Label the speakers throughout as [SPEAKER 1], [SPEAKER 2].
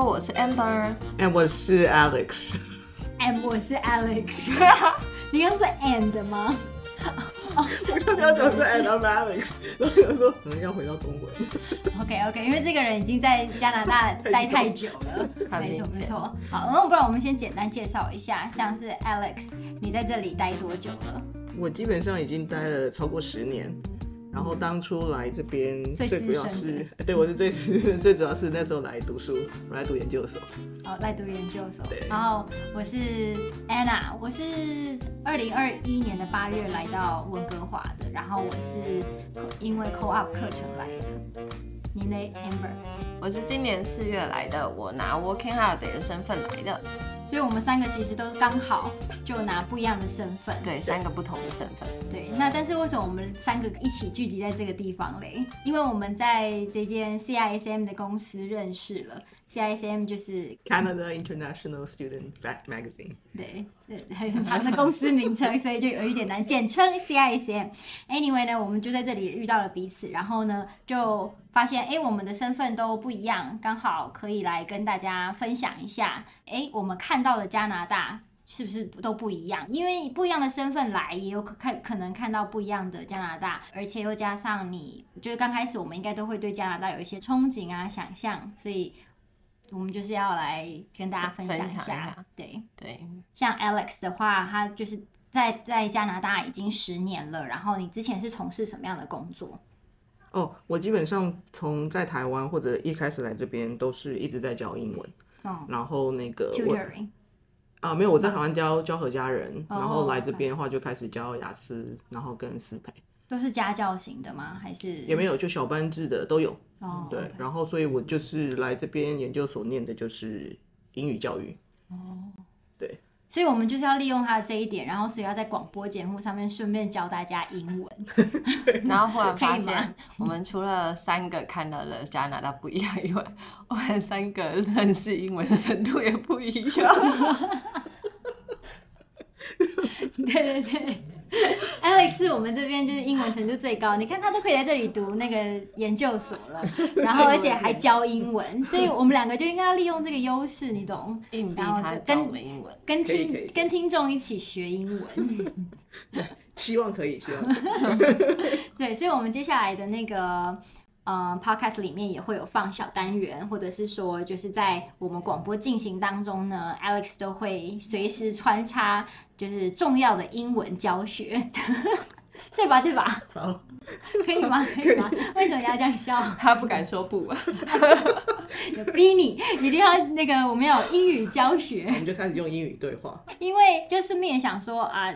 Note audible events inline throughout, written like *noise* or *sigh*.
[SPEAKER 1] 我是 Amber，
[SPEAKER 2] 哎，我是 *laughs* Alex，
[SPEAKER 3] and 我是 Alex，你 *laughs* 刚是 and 吗？
[SPEAKER 2] 我刚要讲是 And I'm Alex，然后想说我嗯们要回到中文，
[SPEAKER 3] OK OK，因为这个人已经在加拿大待 *laughs* 太久了，
[SPEAKER 1] 很
[SPEAKER 3] 没错
[SPEAKER 1] 明显
[SPEAKER 3] 没错。好，那不然我们先简单介绍一下，像是 Alex，你在这里待多久了？
[SPEAKER 2] 我基本上已经待了超过十年。然后当初来这边
[SPEAKER 3] 最
[SPEAKER 2] 最
[SPEAKER 3] 资
[SPEAKER 2] 主要
[SPEAKER 3] 深的
[SPEAKER 2] 是，哎对我是最最主要是那时候来读书，我来读研究所。
[SPEAKER 3] 哦，来读研究所
[SPEAKER 2] 对。
[SPEAKER 3] 然后我是 Anna，我是二零二一年的八月来到温哥华的，然后我是因为 Co-op 课程来的。你呢，Amber？
[SPEAKER 1] 我是今年四月来的，我拿 Working Holiday 的身份来的，
[SPEAKER 3] 所以我们三个其实都刚好就拿不一样的身份。
[SPEAKER 1] 对，三个不同的身份。
[SPEAKER 3] 对，那但是为什么我们三个一起聚集在这个地方嘞？因为我们在这间 CISM 的公司认识了，CISM 就是
[SPEAKER 2] Canada International Student Fact Magazine，
[SPEAKER 3] 对呃很很长的公司名称，所以就有一点难，简称 CISM。Anyway 呢，我们就在这里遇到了彼此，然后呢就发现，哎，我们的身份都不一样，刚好可以来跟大家分享一下，哎，我们看到的加拿大。是不是都不一样？因为不一样的身份来，也有可看可能看到不一样的加拿大，而且又加上你，就是刚开始我们应该都会对加拿大有一些憧憬啊、想象，所以我们就是要来跟大家分享一
[SPEAKER 1] 分享一下
[SPEAKER 3] 下对，
[SPEAKER 1] 对，
[SPEAKER 3] 像 Alex 的话，他就是在在加拿大已经十年了。然后你之前是从事什么样的工作？
[SPEAKER 2] 哦，我基本上从在台湾或者一开始来这边都是一直在教英文，
[SPEAKER 3] 哦
[SPEAKER 2] 然后那个我
[SPEAKER 3] ，tutoring。
[SPEAKER 2] 啊，没有，我在台湾教教何家人，
[SPEAKER 3] 哦
[SPEAKER 2] 然后来这
[SPEAKER 3] OK
[SPEAKER 2] 边的话就开始教雅思，然后跟思培，
[SPEAKER 3] 都是家教型的吗？还是
[SPEAKER 2] 也没有就小班制的都有。
[SPEAKER 3] 哦，
[SPEAKER 2] 对，然后所以我就是来这边研究所念的就是英语教育。
[SPEAKER 3] 所以我们就是要利用他的这一点，然后所以要在广播节目上面顺便教大家英文。 *laughs*
[SPEAKER 1] 然后忽然发
[SPEAKER 3] 可以吗 *laughs*
[SPEAKER 1] 现，我们除了三个看到了加拿大不一样以外，我们三个认识英文的程度也不一样。
[SPEAKER 3] *laughs* 对对对。Alex 是我们这边就是英文程度最高，你看他都可以在这里读那个研究所
[SPEAKER 2] *laughs*
[SPEAKER 3] 了，然后而且还教英文，所以我们两个就应该要利用这个优势，你懂？
[SPEAKER 1] 硬逼
[SPEAKER 3] 然后
[SPEAKER 1] 他
[SPEAKER 3] 就
[SPEAKER 1] 教我
[SPEAKER 3] 跟
[SPEAKER 1] 们英文，
[SPEAKER 3] 跟
[SPEAKER 2] 可以可
[SPEAKER 3] 听
[SPEAKER 2] 以
[SPEAKER 3] 跟听众一起学英文。
[SPEAKER 2] 希望可以，希望可以
[SPEAKER 3] 对，所以我们接下来的那个呃 podcast 里面也会有放小单元，或者是说就是在我们广播进行当中呢，Alex 都会随时穿插就是重要的英文教学， *laughs* 对吧？对吧？
[SPEAKER 2] 好，
[SPEAKER 3] 可以吗？可以吗？为什么要这样笑？
[SPEAKER 1] 他不敢
[SPEAKER 3] *laughs*
[SPEAKER 1] 说不啊。
[SPEAKER 3] 有逼你一定要那个，我们要有英语教学
[SPEAKER 2] 我。们就开始用英语对 *laughs* 话。
[SPEAKER 3] 因为就顺便也想说啊，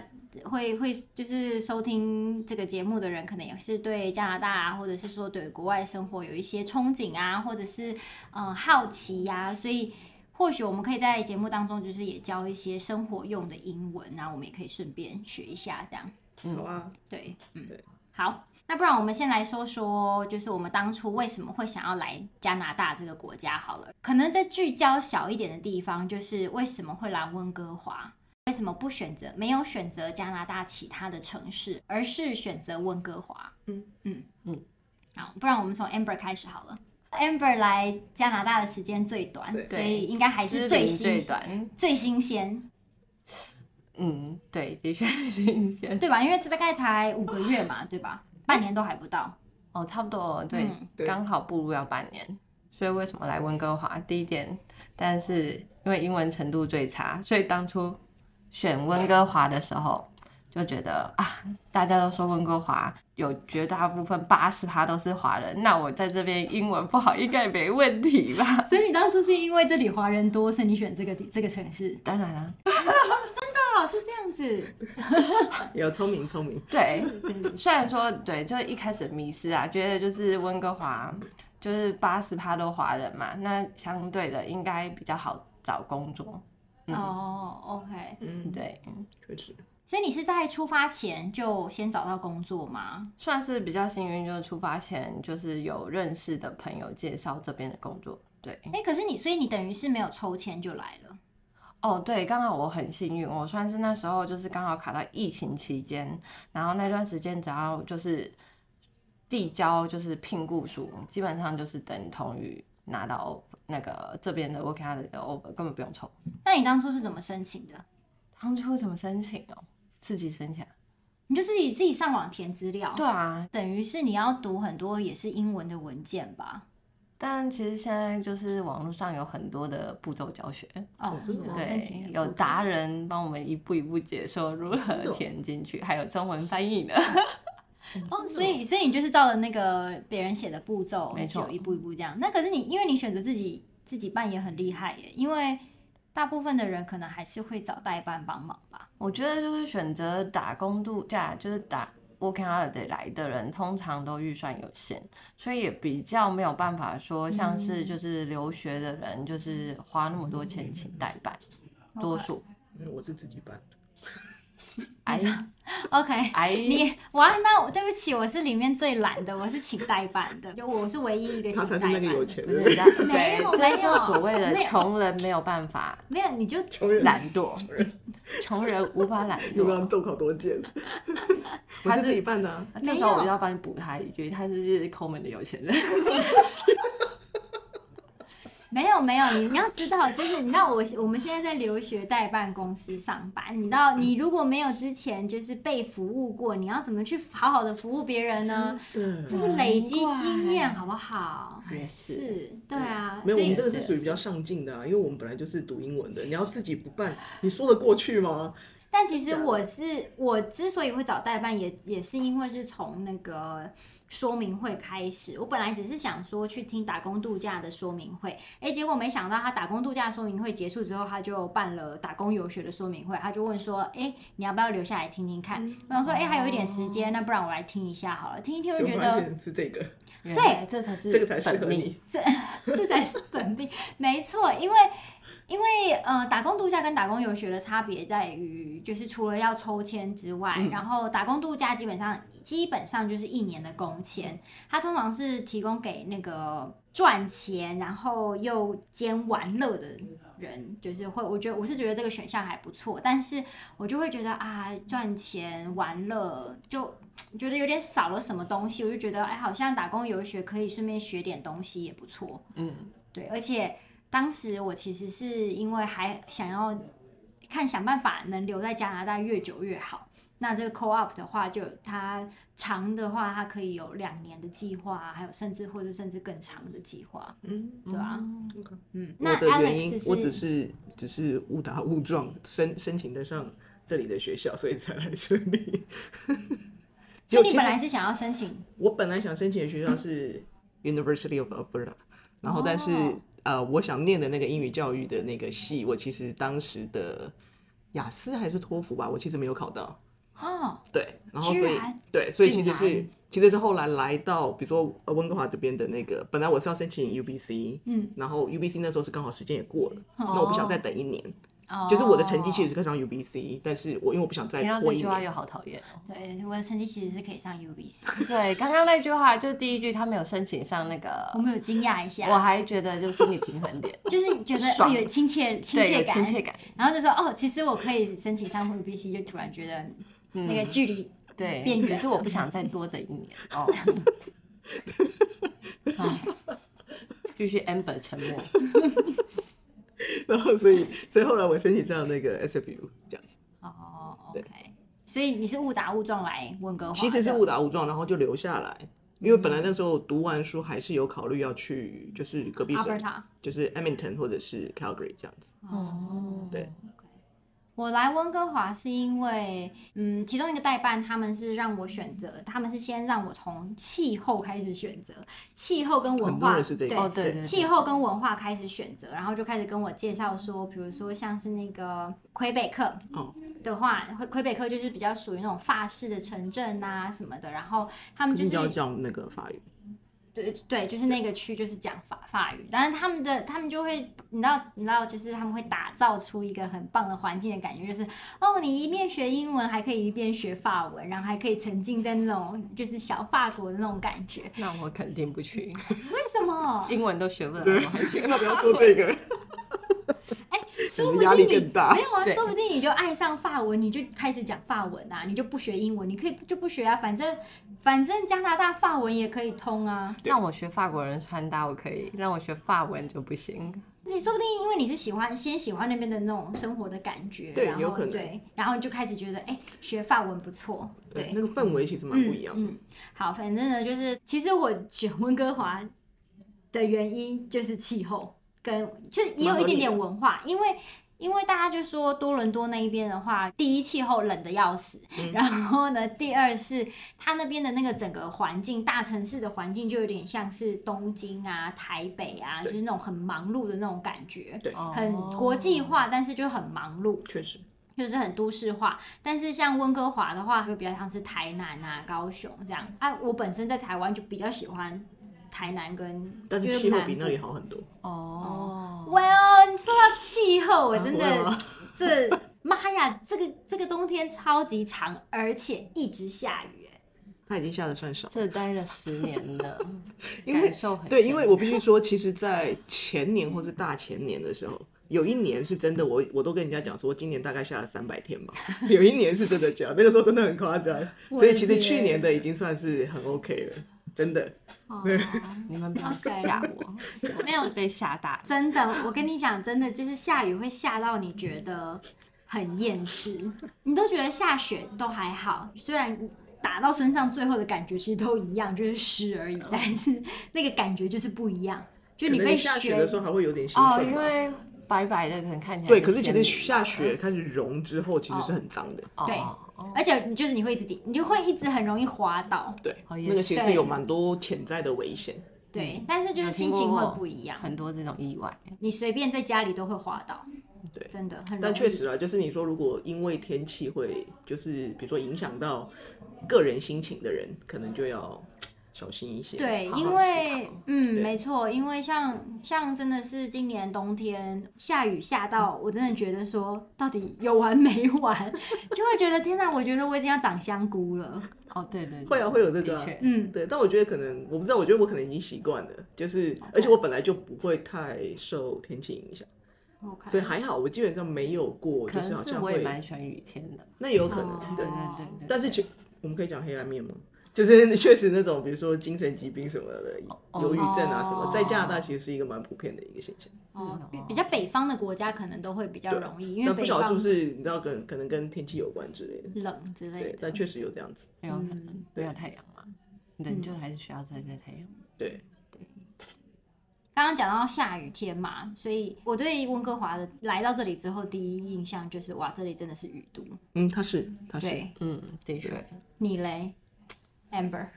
[SPEAKER 3] 会会就是收听这个节目的人，可能也是对加拿大啊，或者是说对国外生活有一些憧憬啊，或者是呃好奇呀、所以。或许我们可以在节目当中，就是也教一些生活用的英文，然后我们也可以顺便学一下这样。
[SPEAKER 2] 好啊，
[SPEAKER 3] 对，嗯
[SPEAKER 2] 对，
[SPEAKER 3] 好，那不然我们先来说说，就是我们当初为什么会想要来加拿大这个国家好了。可能在聚焦小一点的地方，就是为什么会来温哥华，为什么不选择没有选择加拿大其他的城市，而是选择温哥华？
[SPEAKER 2] 嗯
[SPEAKER 3] 嗯
[SPEAKER 1] 嗯，
[SPEAKER 3] 好，不然我们从 Amber 开始好了。Amber 来加拿大的时间最短，
[SPEAKER 2] 对
[SPEAKER 3] 所以应该还是最
[SPEAKER 1] 最
[SPEAKER 3] 新
[SPEAKER 1] 最短，
[SPEAKER 3] 最新鲜，
[SPEAKER 1] 嗯，对，的确是新鲜。
[SPEAKER 3] 对吧？因为这大概才五个月嘛，对吧？半年都还不到。
[SPEAKER 1] 哦，差不多，对
[SPEAKER 3] 嗯，
[SPEAKER 2] 对
[SPEAKER 1] 刚、好步入要半年。所以为什么来温哥华？第一点，但是因为英文程度最差，所以当初选温哥华的时候就觉得啊，大家都说温哥华有绝大部分八十趴都是华人，那我在这边英文不好应该也没问题吧？
[SPEAKER 3] 所以你当初是因为这里华人多，所以你选这个地这个城市
[SPEAKER 1] *laughs* 当然啦、
[SPEAKER 3] 哦，是这样子。
[SPEAKER 2] 有聪明聪明，
[SPEAKER 1] *laughs* 对，虽然说对，就一开始迷失啊，觉得就是温哥华就是八十趴都华人嘛，那相对的应该比较好找工作。嗯
[SPEAKER 3] 哦，OK。
[SPEAKER 2] 嗯，
[SPEAKER 1] 对，
[SPEAKER 2] 确实，
[SPEAKER 3] 所以你是在出发前就先找到工作吗？
[SPEAKER 1] 算是比较幸运，就是出发前就是有认识的朋友介绍这边的工作。对，
[SPEAKER 3] 哎、可是你，所以你等于是没有抽签就来了。
[SPEAKER 1] 哦，对，刚好我很幸运，我算是那时候就是刚好卡到疫情期间，然后那段时间只要就是递交就是聘雇书，基本上就是等同于拿到 offer。那个这边的 working holiday 的 offer 根本不用抽。
[SPEAKER 3] 那你当初是怎么申请的？
[SPEAKER 1] 当初怎么申请哦？自己申请啊？
[SPEAKER 3] 你就是你自己上网填资料，
[SPEAKER 1] 对啊，
[SPEAKER 3] 等于是你要读很多也是英文的文件吧？
[SPEAKER 1] 但其实现在就是网络上有很多的步骤教学，
[SPEAKER 3] 哦
[SPEAKER 2] 哦，真的吗
[SPEAKER 3] 申请的，
[SPEAKER 1] 对有
[SPEAKER 3] 步骤
[SPEAKER 1] 达人帮我们一步一步解说如
[SPEAKER 2] 真的
[SPEAKER 1] 何
[SPEAKER 2] 哦
[SPEAKER 1] 填进去，还有中文翻译的。
[SPEAKER 3] 哦，所以所以你就是照着那个别人写的步骤，
[SPEAKER 1] 没错
[SPEAKER 3] 就一步一步这样。那可是你，因为你选择自己自己办也很厉害耶，因为大部分的人可能还是会找代办帮忙吧。
[SPEAKER 1] 我觉得就是选择打工度假，就是打 working holiday 来的人，通常都预算有限，所以也比较没有办法说像是就是留学的人，就是花那么多钱请代办，多数。
[SPEAKER 2] 因嗯为我是自己办，
[SPEAKER 1] 哎呀，
[SPEAKER 3] *laughs* OK，
[SPEAKER 1] 哎，
[SPEAKER 3] 你哇，那我对不起，我是里面最懒的，我是请代办的，就我是唯一一个请
[SPEAKER 2] 他
[SPEAKER 3] 代
[SPEAKER 2] 才是
[SPEAKER 3] 办
[SPEAKER 2] 那个有
[SPEAKER 3] 的。
[SPEAKER 2] 钱
[SPEAKER 1] 不
[SPEAKER 2] 的人
[SPEAKER 1] 是这，样， *laughs*
[SPEAKER 3] 没有
[SPEAKER 1] 对，这
[SPEAKER 3] 没
[SPEAKER 1] 就
[SPEAKER 3] 有
[SPEAKER 1] 是所谓的
[SPEAKER 3] 没有
[SPEAKER 1] 穷人没有办法
[SPEAKER 3] 没有，你就
[SPEAKER 2] 穷人
[SPEAKER 1] 懒惰，穷人无法懒
[SPEAKER 2] 有没有
[SPEAKER 1] 惰。
[SPEAKER 2] 中考多贱？我
[SPEAKER 1] 他
[SPEAKER 2] 是
[SPEAKER 1] 是
[SPEAKER 2] 自己办的啊，
[SPEAKER 1] 这时候我就要帮你补他一句，他是就是抠门的有钱人。
[SPEAKER 3] 没有没有，你你要知道，就是你知道我我们现在在留学代办公司上班，你知道你如果没有之前就是被服务过，你要怎么去好好的服务别人呢？这
[SPEAKER 2] 对，
[SPEAKER 3] 是累积
[SPEAKER 1] 难怪
[SPEAKER 3] 经验，好不好？
[SPEAKER 1] 也是
[SPEAKER 3] 是，对啊，
[SPEAKER 2] 没有，
[SPEAKER 3] 所
[SPEAKER 2] 我们
[SPEAKER 3] 以
[SPEAKER 2] 这个是属于比较上进的啊，因为我们本来就是读英文的，你要自己不办，你说得过去吗？
[SPEAKER 3] 但其
[SPEAKER 2] 啊
[SPEAKER 3] 实我是我之所以会找代办也，也是因为是从那个说明会开始。我本来只是想说去听打工度假的说明会，哎，结果没想到他打工度假说明会结束之后，他就办了打工游学的说明会，他就问说，哎，你要不要留下来听听看？
[SPEAKER 1] 嗯
[SPEAKER 3] 我想说，哎，还有一点时间，那不然我来听一下好了。听一听我就
[SPEAKER 2] 哦有
[SPEAKER 3] 觉
[SPEAKER 2] 发
[SPEAKER 3] 得，
[SPEAKER 2] 现是这个，
[SPEAKER 1] 原来这才是
[SPEAKER 2] 这个才适
[SPEAKER 1] 本
[SPEAKER 2] 合
[SPEAKER 1] 命
[SPEAKER 2] 你。。
[SPEAKER 3] 这才是本命，没错，因为因为呃，打工度假跟打工游学的差别在于，就是除了要抽签之外，然后打工度假基本上基本上就是一年的工签，它通常是提供给那个赚钱然后又兼玩乐的人，就是会，我觉得我是觉得这个选项还不错，但是我就会觉得啊，赚钱玩乐就。觉得有点少了什么东西，我就觉得哎，好像打工游学可以顺便学点东西也不错。
[SPEAKER 1] 嗯，
[SPEAKER 3] 对，而且当时我其实是因为还想要看想办法能留在加拿大越久越好。那这个 co-op 的话，就它长的话，它可以有两年的计划，还有甚至或者甚至更长的计划，
[SPEAKER 2] 嗯，
[SPEAKER 3] 对啊。
[SPEAKER 1] 哦
[SPEAKER 3] 嗯，
[SPEAKER 2] 我
[SPEAKER 3] 那
[SPEAKER 2] 的原
[SPEAKER 3] Alex
[SPEAKER 2] 因，
[SPEAKER 3] 是
[SPEAKER 2] 我只是只是误打误撞申申请得上这里的学校，所以才来这里。
[SPEAKER 3] 所
[SPEAKER 2] 就
[SPEAKER 3] 以
[SPEAKER 2] 其
[SPEAKER 3] 你
[SPEAKER 2] 实
[SPEAKER 3] 本来是想要申请
[SPEAKER 2] 我本来想申请的学校是 University of Alberta，然后但是、
[SPEAKER 3] 哦
[SPEAKER 2] 呃，我想念的那个英语教育的那个系，我其实当时的雅思还是托福吧，我其实没有考到。
[SPEAKER 3] 哦，
[SPEAKER 2] 对，然后
[SPEAKER 3] 居
[SPEAKER 2] 所以
[SPEAKER 3] 然
[SPEAKER 2] 对，所以其实
[SPEAKER 1] 竟
[SPEAKER 2] 是
[SPEAKER 1] 然
[SPEAKER 2] 其实是后来来到，比如说呃温哥华这边的那个，本来我是要申请 UBC，
[SPEAKER 3] 嗯，
[SPEAKER 2] 然后 UBC 那时候是刚好时间也过了，那我不想再等一年，
[SPEAKER 3] 哦
[SPEAKER 2] 就是我的成绩其实是可以上 UBC，但是我因为我不想再
[SPEAKER 1] 听到
[SPEAKER 2] 拖
[SPEAKER 1] 这
[SPEAKER 2] 一
[SPEAKER 1] 句话
[SPEAKER 2] 年，
[SPEAKER 1] 又好讨厌哦。 *laughs*
[SPEAKER 3] 对我的成绩其实是可以上 UBC，
[SPEAKER 1] 对，刚刚那句话就第一句，他没有申请上那个
[SPEAKER 3] 我，们有惊讶一下，
[SPEAKER 1] 我还觉得就是你平衡点，
[SPEAKER 3] 就是觉得
[SPEAKER 1] 爽
[SPEAKER 3] 有亲切 *laughs* 亲
[SPEAKER 1] 对，
[SPEAKER 3] 切
[SPEAKER 1] 有
[SPEAKER 3] 感，
[SPEAKER 1] 亲切感，
[SPEAKER 3] 然后就说哦，其实我可以申请上 UBC，就突然觉得
[SPEAKER 2] 嗯
[SPEAKER 3] 那个距离、
[SPEAKER 1] 对
[SPEAKER 3] 变，远
[SPEAKER 1] 可是我
[SPEAKER 3] *laughs*
[SPEAKER 1] 不想再多等一年哦。好继续 amber 沉默，
[SPEAKER 2] 然后所以所以后来我申请上那个 SFU 这样子，
[SPEAKER 3] 哦
[SPEAKER 2] 对
[SPEAKER 3] ，OK，所以你是误打误撞来温哦哥华的，嗯
[SPEAKER 2] 其实是误打误撞，然后就留下来。因为本来那时候读完书还是有考虑要去，就是隔壁省，
[SPEAKER 3] Alberta。
[SPEAKER 2] 就是 Edmonton 或者是 Calgary 这样子。
[SPEAKER 3] *laughs* 哦，
[SPEAKER 2] 对
[SPEAKER 3] 我来温哥华是因为，嗯，其中一个代办他们是让我选择，他们是先让我从气候开始选择，气候跟文
[SPEAKER 2] 很多
[SPEAKER 3] 化，
[SPEAKER 2] 人是这
[SPEAKER 3] 对
[SPEAKER 2] 个，
[SPEAKER 1] 哦对对
[SPEAKER 3] 气候跟文化开始选择，然后就开始跟我介绍说，比如说像是那个魁北克
[SPEAKER 2] 哦
[SPEAKER 3] 的话，魁、魁北克就是比较属于那种法式的城镇啊什么的，然后他们就
[SPEAKER 2] 一定要
[SPEAKER 3] 是
[SPEAKER 2] 叫那个法语。
[SPEAKER 3] 对对，就是那个区就是讲法法语，但是他们的他们就会，你知道你知道，就是他们会打造出一个很棒的环境的感觉，就是哦，你一面学英文还可以一边学法文，然后还可以沉浸在那种就是小法国的那种感觉，
[SPEAKER 1] *laughs* 那我肯定
[SPEAKER 3] *laughs*
[SPEAKER 1] 不去，
[SPEAKER 3] 为什么？
[SPEAKER 2] *laughs*
[SPEAKER 1] 英文都学不来，我还去。
[SPEAKER 2] 要不要说这个？是
[SPEAKER 3] *laughs* 说
[SPEAKER 2] 不
[SPEAKER 3] 不
[SPEAKER 2] 是压
[SPEAKER 3] 定
[SPEAKER 2] 力
[SPEAKER 3] 你
[SPEAKER 2] 更大
[SPEAKER 3] 没？有啊，
[SPEAKER 1] 对
[SPEAKER 3] 说不定你就爱上法文，你就开始讲法文啊，你就不学英文，你可以就不学啊，反正反正加拿大法文也可以通啊。
[SPEAKER 1] 让我学法国人穿搭我可以，让我学法文就不行。
[SPEAKER 3] 而且说不定因为你是喜欢先喜欢那边的那种生活的感觉，
[SPEAKER 2] 对
[SPEAKER 3] 然后
[SPEAKER 2] 有可能
[SPEAKER 3] 对，然后你就开始觉得哎、学法文不错，对，
[SPEAKER 2] 那个氛围其实蛮不一样的。
[SPEAKER 3] 嗯。嗯，好，反正呢，就是其实我选温哥华的原因就是气候跟就是也有一点点文化，因为。因为大家就说多伦多那一边的话，第一气候冷的要死，
[SPEAKER 2] 嗯
[SPEAKER 3] 然后呢，第二是它那边的那个整个环境，大城市的环境就有点像是东京啊、台北啊，就
[SPEAKER 2] 对
[SPEAKER 3] 是那种很忙碌的那种感觉，
[SPEAKER 2] 对，
[SPEAKER 3] 很国际化，但是就很忙碌。
[SPEAKER 2] 确实，
[SPEAKER 3] 就是很都市化，但是像温哥华的话，会比较像是台南啊、高雄这样。啊，我本身在台湾就比较喜欢台南跟，
[SPEAKER 2] 但是
[SPEAKER 3] 就是
[SPEAKER 2] 气候
[SPEAKER 3] 南
[SPEAKER 2] 比
[SPEAKER 3] 部
[SPEAKER 2] 那里。好很多。
[SPEAKER 1] 哦。
[SPEAKER 3] Well，你说到气候，我真的、
[SPEAKER 2] 啊
[SPEAKER 3] *laughs* 这妈呀，这个这个冬天超级长，而且一直下雨。
[SPEAKER 2] 它已经下的算少，
[SPEAKER 1] 这待了十年了，
[SPEAKER 2] *laughs* 因为
[SPEAKER 1] 感受
[SPEAKER 2] *laughs*
[SPEAKER 1] 很
[SPEAKER 2] 对，
[SPEAKER 1] 深
[SPEAKER 2] 因为我必须说，其实，在前年或是大前年的时候，有一年是真的我，我都跟人家讲说，今年大概下了三
[SPEAKER 3] *laughs*
[SPEAKER 2] 百天吧。有一年是真的讲，那个时候真的很夸张，所以其
[SPEAKER 3] 我的天
[SPEAKER 2] 实去年的已经算是很 OK 了，真的。
[SPEAKER 3] 哦，
[SPEAKER 1] 你们不要
[SPEAKER 3] OK
[SPEAKER 1] 吓我，我
[SPEAKER 3] 没有
[SPEAKER 1] 是被吓大的。
[SPEAKER 3] 真的，我跟你讲，真的就是下雨会下到你觉得很厌世，你都觉得下雪都还好，虽然打到身上最后的感觉其实都一样，就是湿而已，但是那个感觉就是不一样，就
[SPEAKER 2] 可
[SPEAKER 3] 你
[SPEAKER 2] 能
[SPEAKER 3] 被
[SPEAKER 2] 你下雪的时候还会有点兴
[SPEAKER 1] 哦，
[SPEAKER 2] 奋
[SPEAKER 1] 因
[SPEAKER 2] 吧。
[SPEAKER 1] 为白白的可能看起来
[SPEAKER 2] 对，
[SPEAKER 1] 就
[SPEAKER 2] 可是其
[SPEAKER 1] 鲜
[SPEAKER 2] 实
[SPEAKER 1] 明
[SPEAKER 2] 下雪开始融之后，其实是很脏的。
[SPEAKER 1] 哦
[SPEAKER 3] 对
[SPEAKER 1] 哦
[SPEAKER 3] 而且你就是你会一直滴，你就会一直很容易滑倒，
[SPEAKER 2] 对，
[SPEAKER 1] 哦也
[SPEAKER 2] 那个其实
[SPEAKER 3] 是
[SPEAKER 2] 有蛮多潜在的危险。嗯
[SPEAKER 3] 对，但是就是心情会不一样，
[SPEAKER 1] 很多这种意外，
[SPEAKER 3] 你随便在家里都会滑倒，
[SPEAKER 2] 对
[SPEAKER 3] 真的很容易。
[SPEAKER 1] 嗯
[SPEAKER 2] 但确实啊，就是你说，如果因为天气会，就是比如说影响到个人心情的人，可能就要小心一些。
[SPEAKER 3] 对，
[SPEAKER 1] 好
[SPEAKER 3] 因
[SPEAKER 1] 好思
[SPEAKER 3] 为
[SPEAKER 1] 考
[SPEAKER 3] 嗯，
[SPEAKER 2] 对
[SPEAKER 3] 没错，因为像像真的是今年冬天下雨下到，我真的觉得说到底有完没完， *laughs* 就会觉得天哪，我觉得我已经要长香菇了。
[SPEAKER 1] 哦，对对，对
[SPEAKER 2] 会啊会有这个啊
[SPEAKER 1] 的确
[SPEAKER 3] 嗯，
[SPEAKER 2] 对，但我觉得可能我不知道，我觉得我可能已经习惯了，
[SPEAKER 1] 哦
[SPEAKER 2] 就是而且我本来就不会太受天气影响，
[SPEAKER 3] 我看
[SPEAKER 2] 所以还好，我基本上没有过，
[SPEAKER 1] 可
[SPEAKER 2] 就是
[SPEAKER 1] 能
[SPEAKER 2] 好
[SPEAKER 1] 是
[SPEAKER 2] 像
[SPEAKER 1] 我也
[SPEAKER 2] 会，
[SPEAKER 1] 蛮喜欢雨天的，
[SPEAKER 2] 那也有可能
[SPEAKER 3] 哦，
[SPEAKER 2] 对
[SPEAKER 1] 对。对对对。
[SPEAKER 2] 但是其我们可以讲黑暗面吗？就是确实那种，比如说精神疾病什么的，
[SPEAKER 1] 哦
[SPEAKER 2] 忧郁症啊什么，在加拿大其实是一个蛮普遍的一个现象。
[SPEAKER 3] 哦，比比较北方的国家可能都会比较
[SPEAKER 2] 嗯对
[SPEAKER 3] 容易，因为
[SPEAKER 2] 但不
[SPEAKER 3] 北
[SPEAKER 2] 晓得是
[SPEAKER 3] 方
[SPEAKER 2] 不是你知道跟可能跟天气有关之类的，
[SPEAKER 3] 冷之类
[SPEAKER 2] 对，
[SPEAKER 3] 的。
[SPEAKER 2] 但确实有这样子，
[SPEAKER 1] 没有可能没
[SPEAKER 2] 对嗯
[SPEAKER 1] 有太阳嘛，人就还是需要晒晒太阳。
[SPEAKER 2] 对，
[SPEAKER 3] 刚刚讲到下雨天嘛，所以我对温哥华的来到这里之后，第一印象就是哇，这里真的是雨都。
[SPEAKER 2] 嗯，他是他是，
[SPEAKER 3] 对
[SPEAKER 1] 嗯，的确。
[SPEAKER 3] 你嘞，Amber，
[SPEAKER 2] 嗯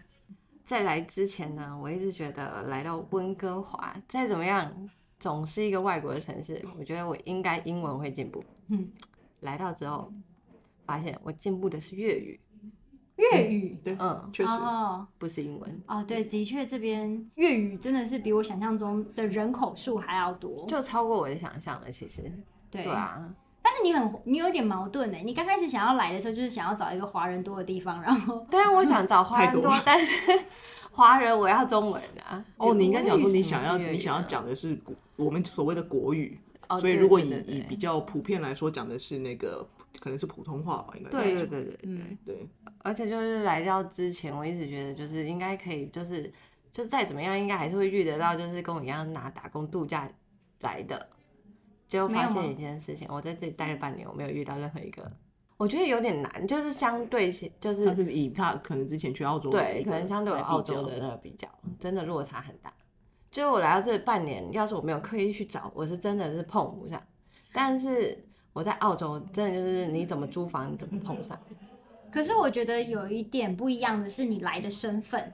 [SPEAKER 1] 在来之前呢，我一直觉得来到温哥华，再怎么样总是一个外国的城市，我觉得我应该英文会进步。
[SPEAKER 3] 嗯，
[SPEAKER 1] 来到之后发现我进步的是粤语，
[SPEAKER 3] 粤语。
[SPEAKER 2] 对，
[SPEAKER 1] 嗯，
[SPEAKER 2] 确实，
[SPEAKER 3] 哦
[SPEAKER 1] 不是英文。
[SPEAKER 3] 哦，对，的确，这边粤语真的是比我想象中的人口数还要多。
[SPEAKER 1] 就超过我的想象了，其实。
[SPEAKER 3] 对
[SPEAKER 1] 啊，
[SPEAKER 3] 但是你很，你有点矛盾呢。欸你刚开始想要来的时候，就是想要找一个华人多的地方，然后
[SPEAKER 1] 当然我想找华人
[SPEAKER 2] 太多
[SPEAKER 1] 多
[SPEAKER 2] 了，
[SPEAKER 1] 但是 *laughs* 华人我要中文啊。
[SPEAKER 2] 哦，你应该讲说你
[SPEAKER 1] 什
[SPEAKER 2] 想
[SPEAKER 1] 么是
[SPEAKER 2] 要
[SPEAKER 1] 粤语啊
[SPEAKER 2] 你想要
[SPEAKER 1] 呢，
[SPEAKER 2] 讲的是古我们所谓的国语，
[SPEAKER 1] 哦
[SPEAKER 2] 所以
[SPEAKER 1] 对
[SPEAKER 2] 如果
[SPEAKER 1] 对
[SPEAKER 2] 以
[SPEAKER 1] 对对
[SPEAKER 2] 以比较普遍来说讲的是那个可能是普通话吧，应该
[SPEAKER 1] 对
[SPEAKER 2] 这
[SPEAKER 1] 对
[SPEAKER 2] 样讲
[SPEAKER 1] 对对对，
[SPEAKER 3] 嗯
[SPEAKER 2] 对，
[SPEAKER 1] 而且就是来到之前，我一直觉得就是应该可以，就是就再怎么样，应该还是会遇得到，就是跟我一样拿打工度假来的。结果发
[SPEAKER 3] 没有
[SPEAKER 1] 现
[SPEAKER 3] 吗
[SPEAKER 1] 一件事情，我在这里待了半年，我没有遇到任何一个，我觉得有点难，就是相对就
[SPEAKER 2] 他
[SPEAKER 1] 是
[SPEAKER 2] 是以他可能之前去澳洲的
[SPEAKER 1] 对，
[SPEAKER 2] 一个
[SPEAKER 1] 可能相对我
[SPEAKER 2] 来比
[SPEAKER 1] 澳洲
[SPEAKER 2] 较
[SPEAKER 1] 的那个比较，真的落差很大。就是我来到这半年，要是我没有刻意去找，我是真的是碰不上。但是我在澳洲，真的就是你怎么租房，你怎么碰上。
[SPEAKER 3] 可是我觉得有一点不一样的是，你来的身份，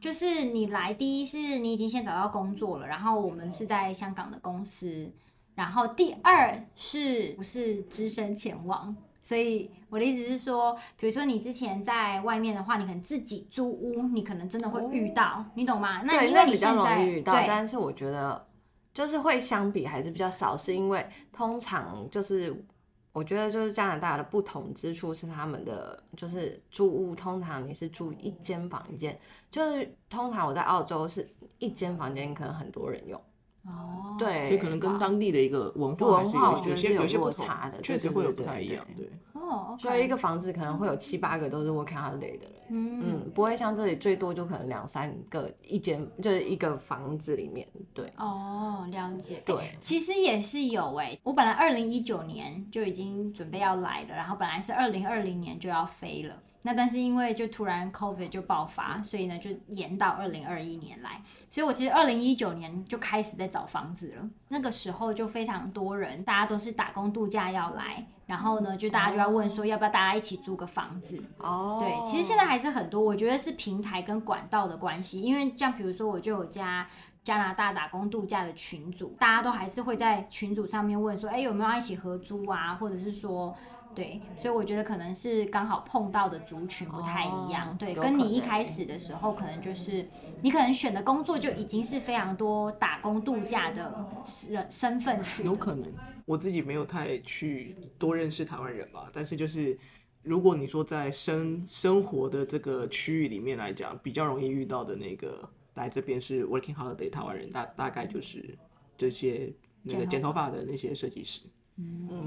[SPEAKER 3] 就是你来第一是你已经先找到工作了，然后我们是在香港的公司，然后第二是不是只身前往？所以我的意思是说，比如说你之前在外面的话，你可能自己租屋，你可能真的会遇到，你懂吗？那
[SPEAKER 1] 嗯对
[SPEAKER 3] 因为
[SPEAKER 1] 比
[SPEAKER 3] 你
[SPEAKER 1] 较
[SPEAKER 3] 现
[SPEAKER 1] 容
[SPEAKER 3] 在
[SPEAKER 1] 易遇到，
[SPEAKER 3] 对
[SPEAKER 1] 但是我觉得就是会相比还是比较少，是因为通常就是我觉得就是加拿大的不同之处是他们的就是住屋，通常你是住一间房一间，就是通常我在澳洲是一间房间可能很多人用，
[SPEAKER 3] 哦，
[SPEAKER 1] 对，
[SPEAKER 2] 所以可能跟当地的一个文化还
[SPEAKER 1] 哎文
[SPEAKER 2] 是
[SPEAKER 1] 化，我
[SPEAKER 2] 有
[SPEAKER 1] 觉
[SPEAKER 2] 有
[SPEAKER 1] 得
[SPEAKER 2] 些
[SPEAKER 1] 是
[SPEAKER 2] 有些不
[SPEAKER 1] 落
[SPEAKER 2] 同
[SPEAKER 1] 差的，
[SPEAKER 2] 确实
[SPEAKER 1] 对
[SPEAKER 2] 会有
[SPEAKER 1] 对
[SPEAKER 2] 不
[SPEAKER 1] 对
[SPEAKER 2] 太一
[SPEAKER 1] 对
[SPEAKER 2] 样。对，
[SPEAKER 3] 哦，
[SPEAKER 1] 所以一个房子可能会有七八个都是 working holiday 的人，
[SPEAKER 3] 嗯
[SPEAKER 1] 嗯，不会像这里最多就可能两三个一间，就是一个房子里面，对
[SPEAKER 3] 哦，了解。
[SPEAKER 1] 对
[SPEAKER 3] 欸其实也是有哎、我本来二零一九年就已经准备要来了，然后本来是二零二零年就要飞了。那但是因为就突然 COVID 就爆
[SPEAKER 1] 嗯
[SPEAKER 3] 发，所以呢就延到二零二一年来。所以我其实二零一九年就开始在找房子了。那个时候就非常多人，大家都是打工度假要来，然后呢就大家就要问说要不要大家一起租个房子。
[SPEAKER 1] 哦
[SPEAKER 3] 对，其实现在还是很多，我觉得是平台跟管道的关系，因为像比如说我就有加加拿大打工度假的群组，大家都还是会在群组上面问说，哎，有没有要一起合租啊，或者是说。对，所以我觉得可能是刚好碰到的族群不太一样，
[SPEAKER 1] 哦
[SPEAKER 3] 对，
[SPEAKER 1] 有
[SPEAKER 3] 跟
[SPEAKER 1] 可
[SPEAKER 3] 你一
[SPEAKER 1] 能
[SPEAKER 3] 开始的时候可能就是你可能选的工作就已经是非常多打工度假的身身份去
[SPEAKER 2] 有
[SPEAKER 3] 了
[SPEAKER 2] 可能我自己没有太去多认识台湾人吧，但是就是如果你说在生生活的这个区域里面来讲，比较容易遇到的那个来这边是 working holiday 台湾人，大大概就是这些那个
[SPEAKER 3] 剪
[SPEAKER 2] 剪
[SPEAKER 3] 头
[SPEAKER 2] 头发的那些设计师。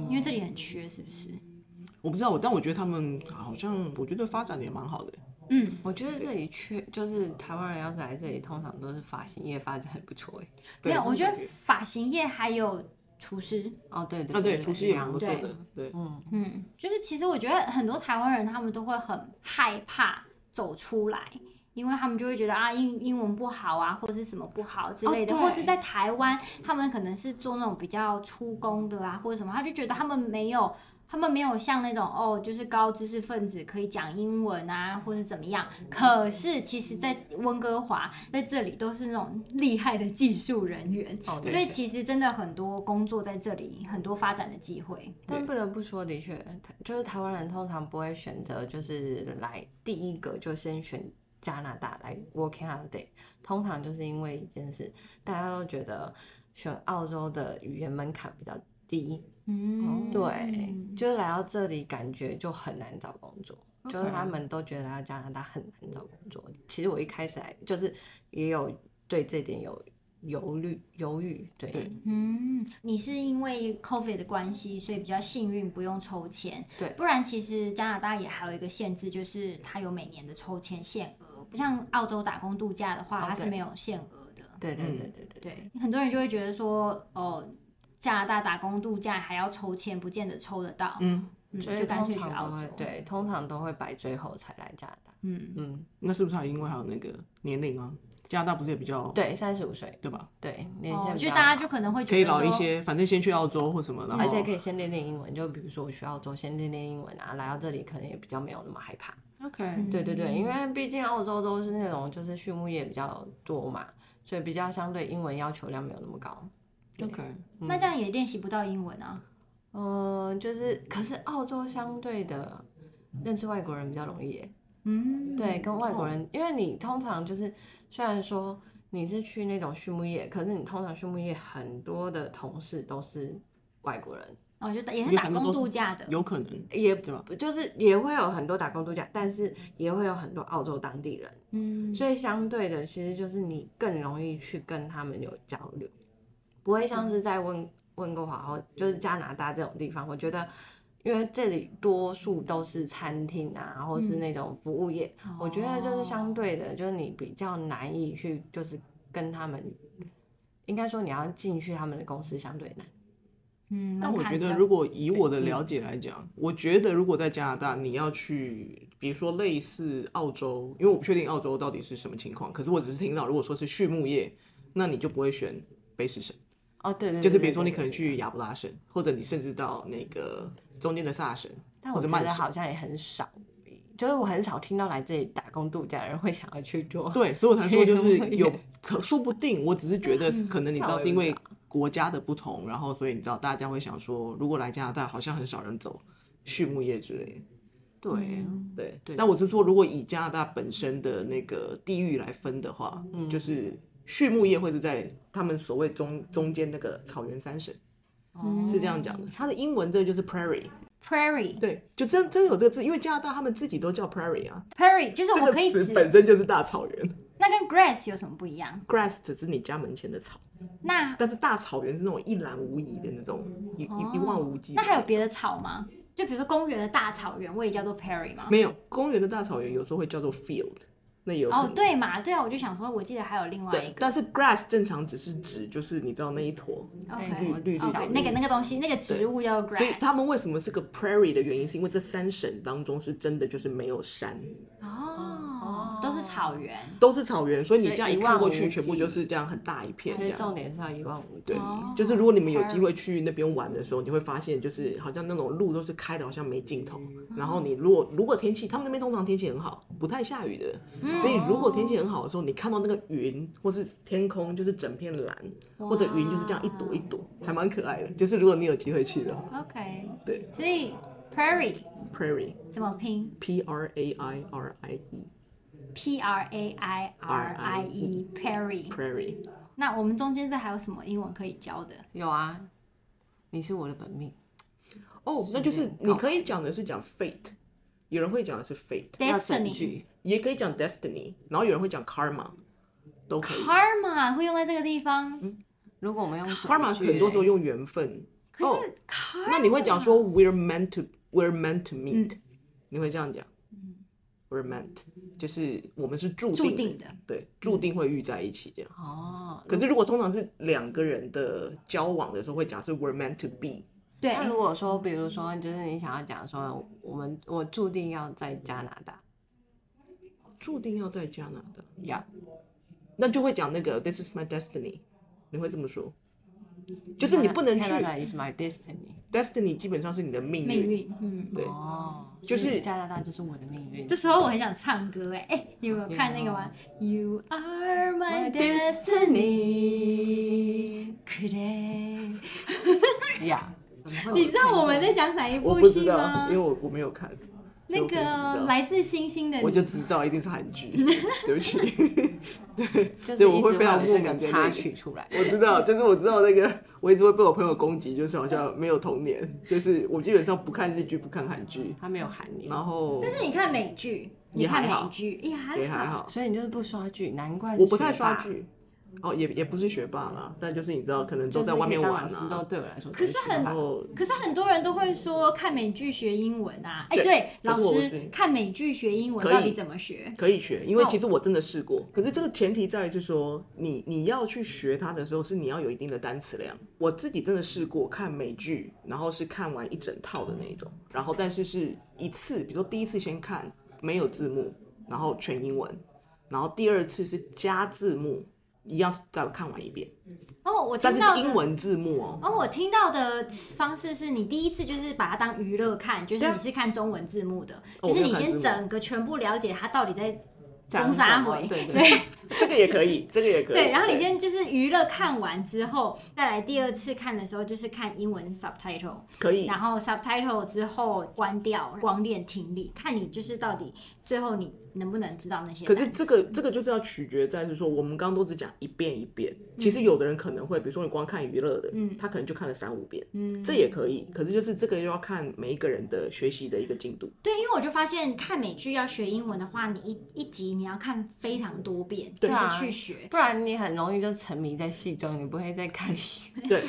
[SPEAKER 3] 因为这里很缺，是不是？
[SPEAKER 2] 我不知道，但我觉得他们好像，我觉得发展的也蛮好的。
[SPEAKER 3] 嗯，
[SPEAKER 1] 我觉得这里缺，就是台湾人要是来这里，通常都是发型业发展还不错哎。
[SPEAKER 3] 没
[SPEAKER 2] 对
[SPEAKER 3] 有，
[SPEAKER 2] 这
[SPEAKER 3] 我
[SPEAKER 2] 种
[SPEAKER 3] 觉得
[SPEAKER 2] 感
[SPEAKER 3] 发型业还有厨师，
[SPEAKER 1] 哦，对对
[SPEAKER 2] 啊，对，厨师也蛮不错
[SPEAKER 1] 对
[SPEAKER 2] 的，对，
[SPEAKER 3] 嗯，就是其实我觉得很多台湾人他们都会很害怕走出来，因为他们就会觉得啊英英文不好啊，或者是什么不好之类的，
[SPEAKER 1] 哦对
[SPEAKER 3] 或是在台湾他们可能是做那种比较出工的啊，或者什么，他就觉得他们没有。他们没有像那种哦，就是高知识分子可以讲英文啊，或是怎么样。可是其实，在温哥华在这里都是那种厉害的技术人员，
[SPEAKER 1] 哦
[SPEAKER 2] 对
[SPEAKER 3] 所以其实真的很多工作在这里，很多发展的机会。
[SPEAKER 1] 但不得不说，的确，台就是台湾人通常不会选择，就是来第一个就先选加拿大来 working holiday，通常就是因为一件事，大家都觉得选澳洲的语言门槛比较低，
[SPEAKER 3] 嗯，
[SPEAKER 1] 对，就是来到这里感觉就很难找工作。就是他
[SPEAKER 2] OK
[SPEAKER 1] 们都觉得来到加拿大很难找工作。其实我一开始来就是也有对这点有犹虑、犹豫，对，
[SPEAKER 2] 对
[SPEAKER 3] 嗯，你是因为 COVID 的关系，所以比较幸运，不用抽签。
[SPEAKER 1] 对
[SPEAKER 3] 不然其实加拿大也还有一个限制，就是它有每年的抽签限额，不像澳洲打工度假的话，
[SPEAKER 1] 哦
[SPEAKER 3] 它是
[SPEAKER 1] 对
[SPEAKER 3] 没有限额的。
[SPEAKER 1] 对对
[SPEAKER 2] 嗯
[SPEAKER 1] 对对对
[SPEAKER 3] 对，很多人就会觉得说，哦，加拿大打工度假还要抽签，不见得抽得到，
[SPEAKER 2] 嗯，
[SPEAKER 3] 嗯，
[SPEAKER 1] 所
[SPEAKER 3] 就
[SPEAKER 1] 以
[SPEAKER 3] 干脆
[SPEAKER 1] 通
[SPEAKER 3] 去
[SPEAKER 1] 常
[SPEAKER 3] 澳
[SPEAKER 1] 都
[SPEAKER 3] 洲
[SPEAKER 1] 会。，对，通常都会摆最后才来加拿大。
[SPEAKER 3] 嗯，
[SPEAKER 1] 嗯，
[SPEAKER 2] 那是不是还因为还有那个年龄啊？加拿大不是也比较
[SPEAKER 1] 对，三十五岁，
[SPEAKER 2] 对吧？
[SPEAKER 1] 哦对，年
[SPEAKER 3] 哦
[SPEAKER 1] 限，比
[SPEAKER 3] 就
[SPEAKER 1] 较
[SPEAKER 3] 大家
[SPEAKER 1] 好
[SPEAKER 3] 就可能会
[SPEAKER 2] 可
[SPEAKER 3] 觉
[SPEAKER 2] 以
[SPEAKER 3] 得说，
[SPEAKER 2] 老一些，反正先去澳洲或什么，然后
[SPEAKER 1] 而且可以先练练英文，就比如说我去澳洲先练练英文啊，来到这里可能也比较没有那么害怕。
[SPEAKER 2] OK，
[SPEAKER 1] 对对对，因
[SPEAKER 3] 嗯
[SPEAKER 1] 为毕竟澳洲都是那种就是畜牧业比较多嘛，所以比较相对英文要求量没有那么高。
[SPEAKER 2] OK，
[SPEAKER 3] 那这样也练习不到英文啊。
[SPEAKER 1] 嗯，就是，可是澳洲相对的认识外国人比较容易耶，
[SPEAKER 3] 嗯，
[SPEAKER 1] 对，跟外国人，因为你通常就是虽然说你是去那种畜牧业，可是你通常畜牧业很多的同事都是外国人，
[SPEAKER 3] 哦，就打也是
[SPEAKER 2] 因为
[SPEAKER 3] 打
[SPEAKER 2] 反正
[SPEAKER 3] 工
[SPEAKER 2] 都是
[SPEAKER 3] 度假的，
[SPEAKER 2] 有可能
[SPEAKER 1] 也
[SPEAKER 2] 对吧
[SPEAKER 1] 不就是也会有很多打工度假，但是也会有很多澳洲当地人，
[SPEAKER 3] 嗯，
[SPEAKER 1] 所以相对的其实就是你更容易去跟他们有交流，不会
[SPEAKER 2] 嗯
[SPEAKER 1] 像是在温温哥华或就是加拿大这种地方，我觉得。因为这里多数都是餐厅啊，或
[SPEAKER 2] 嗯
[SPEAKER 1] 是那种服务业，我觉得就是相对的，就是你比较难以去，就是跟他们，应该说你要进去他们的公司相对难。
[SPEAKER 3] 嗯，
[SPEAKER 2] 但
[SPEAKER 3] 门
[SPEAKER 2] 我
[SPEAKER 3] 槛
[SPEAKER 2] 觉
[SPEAKER 3] 比
[SPEAKER 2] 得，
[SPEAKER 3] 较
[SPEAKER 2] 如果以我
[SPEAKER 1] 嗯
[SPEAKER 2] 的了解来讲，我觉得如果在加拿大，你要去，比如说类似澳洲，因为我不确定澳洲到底是什么情况，可是我只是听到，如果说是畜牧业，那你就不会选卑诗省，
[SPEAKER 1] 哦，对对对，
[SPEAKER 2] 就是比如说
[SPEAKER 1] 对
[SPEAKER 2] 你可能，去亚布拉省，或者你甚至到那个中间的萨省，
[SPEAKER 1] 但
[SPEAKER 2] 或
[SPEAKER 1] 我
[SPEAKER 2] 者
[SPEAKER 1] 觉
[SPEAKER 2] 曼
[SPEAKER 1] 得
[SPEAKER 2] 省。
[SPEAKER 1] 好像也很少，就是我很少听到来这里打工度假的人会想要去做。
[SPEAKER 2] 对，所以我才说就是
[SPEAKER 1] 畜牧业
[SPEAKER 2] 有可说不定，我只是觉得可能你知道
[SPEAKER 1] 那我也
[SPEAKER 2] 是因
[SPEAKER 1] 不
[SPEAKER 2] 为
[SPEAKER 1] 知
[SPEAKER 2] 国家的不同，然后所以你知道大家会想说，如果来加拿大，好像很少人走畜牧业之类的。
[SPEAKER 1] *laughs* 对，
[SPEAKER 3] 嗯
[SPEAKER 2] 对，
[SPEAKER 1] 对
[SPEAKER 2] 但我是说，如果以加拿大本身的那个地域来分的话，就是畜牧业会是在他们所谓中中间那个草原三省，
[SPEAKER 1] 哦
[SPEAKER 2] 是这样讲的。它的英文这就是 prairie，
[SPEAKER 3] prairie
[SPEAKER 2] 嗯对，就真真有这个字，因为加拿大他们自己都叫 prairie 啊，
[SPEAKER 3] prairie 就是
[SPEAKER 2] 这
[SPEAKER 3] 我
[SPEAKER 2] 个
[SPEAKER 3] 可以
[SPEAKER 2] 词
[SPEAKER 3] 指
[SPEAKER 2] *laughs* 本身就是大草原。
[SPEAKER 3] 那跟 grass 有什么不一样？
[SPEAKER 2] grass 只是你家门前的草，
[SPEAKER 3] 那
[SPEAKER 2] 但是大草原是那种一览无遗的那种，一一一望无际
[SPEAKER 3] 嗯哦那
[SPEAKER 2] 的那种。
[SPEAKER 3] 还有别的草吗？就比如说公园的大草原，我也叫做 prairie 吗？
[SPEAKER 2] 没有公园的大草原有时候会叫做 field，那也有可能
[SPEAKER 3] 哦，对嘛，对啊，我就想说，我记得还有另外一
[SPEAKER 2] 对，
[SPEAKER 3] 个
[SPEAKER 2] 但是 grass 正常只是指就是你知道那一坨，
[SPEAKER 3] ，OK，
[SPEAKER 1] 我
[SPEAKER 2] 绿绿
[SPEAKER 1] 小
[SPEAKER 2] 小
[SPEAKER 3] OK，那个那个东西，那个植物叫做嗯 grass，
[SPEAKER 2] 所以他们为什么是个 prairie 的原因，是因为这三省当中是真的就是没有山，
[SPEAKER 3] 哦，都是草原，
[SPEAKER 2] 都是草原，所以你这样
[SPEAKER 1] 所以
[SPEAKER 2] 一
[SPEAKER 1] 一
[SPEAKER 2] 看
[SPEAKER 1] 望
[SPEAKER 2] 过
[SPEAKER 1] 无
[SPEAKER 2] 去，
[SPEAKER 1] 际
[SPEAKER 2] 全部就是这样很大一片
[SPEAKER 1] 其
[SPEAKER 2] 这
[SPEAKER 1] 实重
[SPEAKER 2] 样。
[SPEAKER 1] 点是要一望无
[SPEAKER 2] 啊
[SPEAKER 1] 际
[SPEAKER 2] 对。
[SPEAKER 3] 哦，
[SPEAKER 2] 就是如果你们有机会去那边玩的时候，你会发现，就是好像那种路都是开的，好像没尽头。然后你如果如果天气，他们那边通常天气很好，不太下雨的，所以如果天气很好的时候，你看到那个云或是天空就是整片蓝，或者云就是这样一朵一朵，还蛮可爱的。就是如果你有机会去的话
[SPEAKER 3] OK，
[SPEAKER 2] 对
[SPEAKER 3] 所以 prairie
[SPEAKER 2] ，prairie
[SPEAKER 3] 怎么拼
[SPEAKER 2] P R A I R I E
[SPEAKER 3] ？P R A I R I E prairie。
[SPEAKER 2] prairie。
[SPEAKER 3] 那我们中间这还有什么英文可以教的？
[SPEAKER 1] 有啊，你是我的本命，
[SPEAKER 2] 哦，那就是
[SPEAKER 1] 嗯
[SPEAKER 2] 你
[SPEAKER 1] 好
[SPEAKER 2] 可以讲的是讲 fate，有人会讲的哎是 fate，
[SPEAKER 1] 要整
[SPEAKER 3] Destiny
[SPEAKER 1] 句
[SPEAKER 2] 也可以讲 destiny，然后有人会讲 karma，都可以。
[SPEAKER 3] karma 会用在这个地方，
[SPEAKER 2] 嗯
[SPEAKER 1] 如果我们用整
[SPEAKER 2] karma
[SPEAKER 1] 句
[SPEAKER 2] 很多时候
[SPEAKER 1] 嘞
[SPEAKER 2] 用缘分，
[SPEAKER 3] 可
[SPEAKER 2] 哦
[SPEAKER 3] 是 karma，嗯
[SPEAKER 2] 那你会讲说 we're meant to we're meant to meet，、你会这样讲。We're meant，就是我们是注
[SPEAKER 3] 注
[SPEAKER 2] 定
[SPEAKER 3] 定的，嗯
[SPEAKER 2] 对，注定会遇在一起这样。
[SPEAKER 1] 哦。
[SPEAKER 2] 可是如果通常是两个人的交往的时候，会讲是 we're meant to be，
[SPEAKER 3] 对，
[SPEAKER 2] 嗯
[SPEAKER 1] 那如果说，比如说，就是你想要讲说，我们我注定要在加拿大，
[SPEAKER 2] 注定要在加拿大，
[SPEAKER 1] 要
[SPEAKER 2] 那就会讲那个 this is my destiny，你会这么说，就是你不能去
[SPEAKER 1] Canada is my destiny。
[SPEAKER 2] destiny，基本上是你的命
[SPEAKER 3] 命
[SPEAKER 2] 运。
[SPEAKER 3] 运，嗯。
[SPEAKER 2] 对，
[SPEAKER 1] 哦，
[SPEAKER 2] 就是
[SPEAKER 1] 所以加拿大就是我的命运。
[SPEAKER 3] 这时候我很想唱歌哎、哎，你有没有看那个吗？You are my
[SPEAKER 1] My
[SPEAKER 3] destiny, today。
[SPEAKER 1] 呀，怎么会有
[SPEAKER 3] 你知道我们在讲哪一
[SPEAKER 2] 我
[SPEAKER 3] 部
[SPEAKER 2] 不知
[SPEAKER 3] 戏吗
[SPEAKER 2] 道，因？为我我没有看
[SPEAKER 3] 那
[SPEAKER 2] 所以我不
[SPEAKER 3] 个
[SPEAKER 2] 知道
[SPEAKER 3] 来自星星的你，
[SPEAKER 2] 我就知道一定是韩剧， *laughs* 对不起，
[SPEAKER 1] 就是
[SPEAKER 2] 对
[SPEAKER 1] 一
[SPEAKER 2] 我会
[SPEAKER 1] 直
[SPEAKER 2] 非常
[SPEAKER 1] 有
[SPEAKER 2] 莫
[SPEAKER 1] 这个
[SPEAKER 2] 名的那
[SPEAKER 1] 插
[SPEAKER 2] 个
[SPEAKER 1] 曲出来。
[SPEAKER 2] 我知道，就是我知道那个，我一直会被我朋友攻击，就是好像没有童年，就是我基本上不看日剧，不看韩剧，
[SPEAKER 1] 他没有喊你，
[SPEAKER 2] 然后
[SPEAKER 3] 但是你看美剧，你
[SPEAKER 2] 也
[SPEAKER 3] 看
[SPEAKER 2] 还好
[SPEAKER 3] 美剧也还
[SPEAKER 2] 也还好，
[SPEAKER 1] 所以你就是不刷剧，难怪是
[SPEAKER 2] 我不太
[SPEAKER 1] 学霸
[SPEAKER 2] 刷，剧。哦，也也不是学霸啦，但就是你知道，可能
[SPEAKER 1] 就
[SPEAKER 2] 都
[SPEAKER 1] 是
[SPEAKER 2] 在外面
[SPEAKER 1] 可以当
[SPEAKER 2] 玩
[SPEAKER 1] 老师
[SPEAKER 2] 啊
[SPEAKER 1] 都，对我来说都
[SPEAKER 3] 可
[SPEAKER 1] 学
[SPEAKER 3] 是
[SPEAKER 1] 霸，
[SPEAKER 3] 很
[SPEAKER 2] 然后
[SPEAKER 3] 可是很多人都会说看美剧学英文啊，哎、
[SPEAKER 2] 对
[SPEAKER 3] 对，
[SPEAKER 2] 这
[SPEAKER 3] 老
[SPEAKER 2] 是我的
[SPEAKER 3] 师
[SPEAKER 2] 事
[SPEAKER 3] 看美剧学英文
[SPEAKER 2] 可以
[SPEAKER 3] 到底怎么学？
[SPEAKER 2] 可以学，因
[SPEAKER 3] 哦
[SPEAKER 2] 为其实我真的试过。可是这个前提在于是说，你你要去学它的时候，是你要有一定的单词量。我自己真的试过看美剧，然后是看完一整套的那一种，然后但是是一次，比如说第一次先看没有字幕，然后全英文，然后第二次是加字幕，一样再看完一遍，
[SPEAKER 3] 哦，我
[SPEAKER 2] 但
[SPEAKER 3] 听
[SPEAKER 2] 是
[SPEAKER 3] 到
[SPEAKER 2] 是英
[SPEAKER 3] 的。
[SPEAKER 2] 文字幕哦。
[SPEAKER 3] 哦，我听到的方式是你第一次就是把它当娱乐看，就是
[SPEAKER 2] 对啊
[SPEAKER 3] 你是看中文字幕的，
[SPEAKER 2] 哦
[SPEAKER 3] 就是
[SPEAKER 2] 我没
[SPEAKER 3] 你
[SPEAKER 2] 有看
[SPEAKER 3] 先
[SPEAKER 2] 字幕
[SPEAKER 3] 整个全部了解它到底在
[SPEAKER 1] 讲
[SPEAKER 3] 攻
[SPEAKER 1] 什
[SPEAKER 3] 杀
[SPEAKER 1] 么
[SPEAKER 3] 回，*laughs*
[SPEAKER 1] 对对 *laughs*
[SPEAKER 3] 对
[SPEAKER 2] 这个也可以，这个也可以。
[SPEAKER 3] 对，然后你先就是娱乐看完之后，再来第二次看的时候就是看英文 subtitle，
[SPEAKER 2] 可以，
[SPEAKER 3] 然后 subtitle 之后关掉光练听力，看你就是到底最后你能不能知道那些
[SPEAKER 2] 可
[SPEAKER 3] 单词。
[SPEAKER 2] 哎是这个这个就是要取决在是说，我们刚刚都只讲一遍一遍，其实有的人可能会，比如说你光看娱乐的，嗯，他可能就看了三五遍，嗯，这也可以。可是就是这个又要看每一个人的学习的一个进度，
[SPEAKER 3] 对，因为我就发现看美剧要学英文的话，你一一集你要看非常多遍，就
[SPEAKER 2] 对
[SPEAKER 1] 啊
[SPEAKER 3] 是去学。
[SPEAKER 1] 不然你很容易就沉迷在戏中，你不会再看
[SPEAKER 2] 对，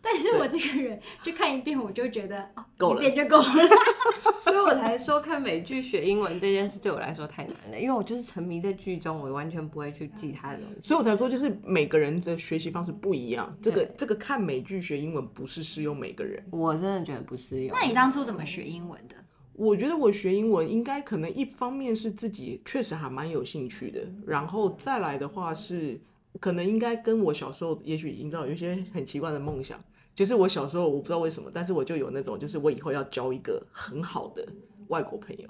[SPEAKER 3] 但是我这个人就看一遍，我就觉得哦，
[SPEAKER 2] 够
[SPEAKER 3] 一
[SPEAKER 2] 了
[SPEAKER 3] 遍就够了。
[SPEAKER 1] *laughs* 所以我才说看美剧学英文这件事对我来说太难了，因为我就是沉迷在剧中，我完全不会去记它的东西。
[SPEAKER 2] 所以我才说就是每个人的学习方式不一样。这个
[SPEAKER 1] 对
[SPEAKER 2] 这个看美剧学英文不是适用每个人。
[SPEAKER 1] 我真的觉得不适用。
[SPEAKER 3] 那你当初怎么学英文的？
[SPEAKER 2] 我觉得我学英文应该可能一方面是自己确实还蛮有兴趣的，然后再来的话是可能应该跟我小时候也许营造有一些很奇怪的梦想，就是我小时候我不知道为什么，但是我就有那种就是我以后要交一个很好的外国朋友，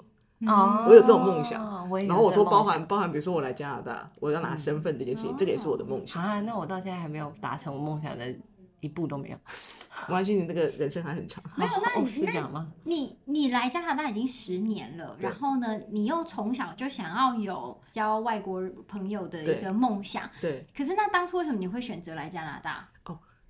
[SPEAKER 1] 哦
[SPEAKER 2] 我有这种梦想
[SPEAKER 1] 我也有
[SPEAKER 2] 然后我
[SPEAKER 1] 这个
[SPEAKER 2] 说包
[SPEAKER 1] 哎梦想嗯
[SPEAKER 2] 含包含比如说我来加拿大，我要拿身份这件事情，这个也是我的梦想。
[SPEAKER 1] 啊，那我到现在还没有达成我梦想的一步都没有。
[SPEAKER 2] 没关系，你那个人生还很长。
[SPEAKER 1] *laughs*
[SPEAKER 3] 没有，那
[SPEAKER 1] 哦
[SPEAKER 3] 你
[SPEAKER 1] 是这样吗？
[SPEAKER 3] 你你来加拿大已经十年了，
[SPEAKER 2] 对
[SPEAKER 3] 然后呢，你又从小就想要有交外国朋友的一个梦想，
[SPEAKER 2] 对，
[SPEAKER 3] 可是那当初为什么你会选择来加拿大？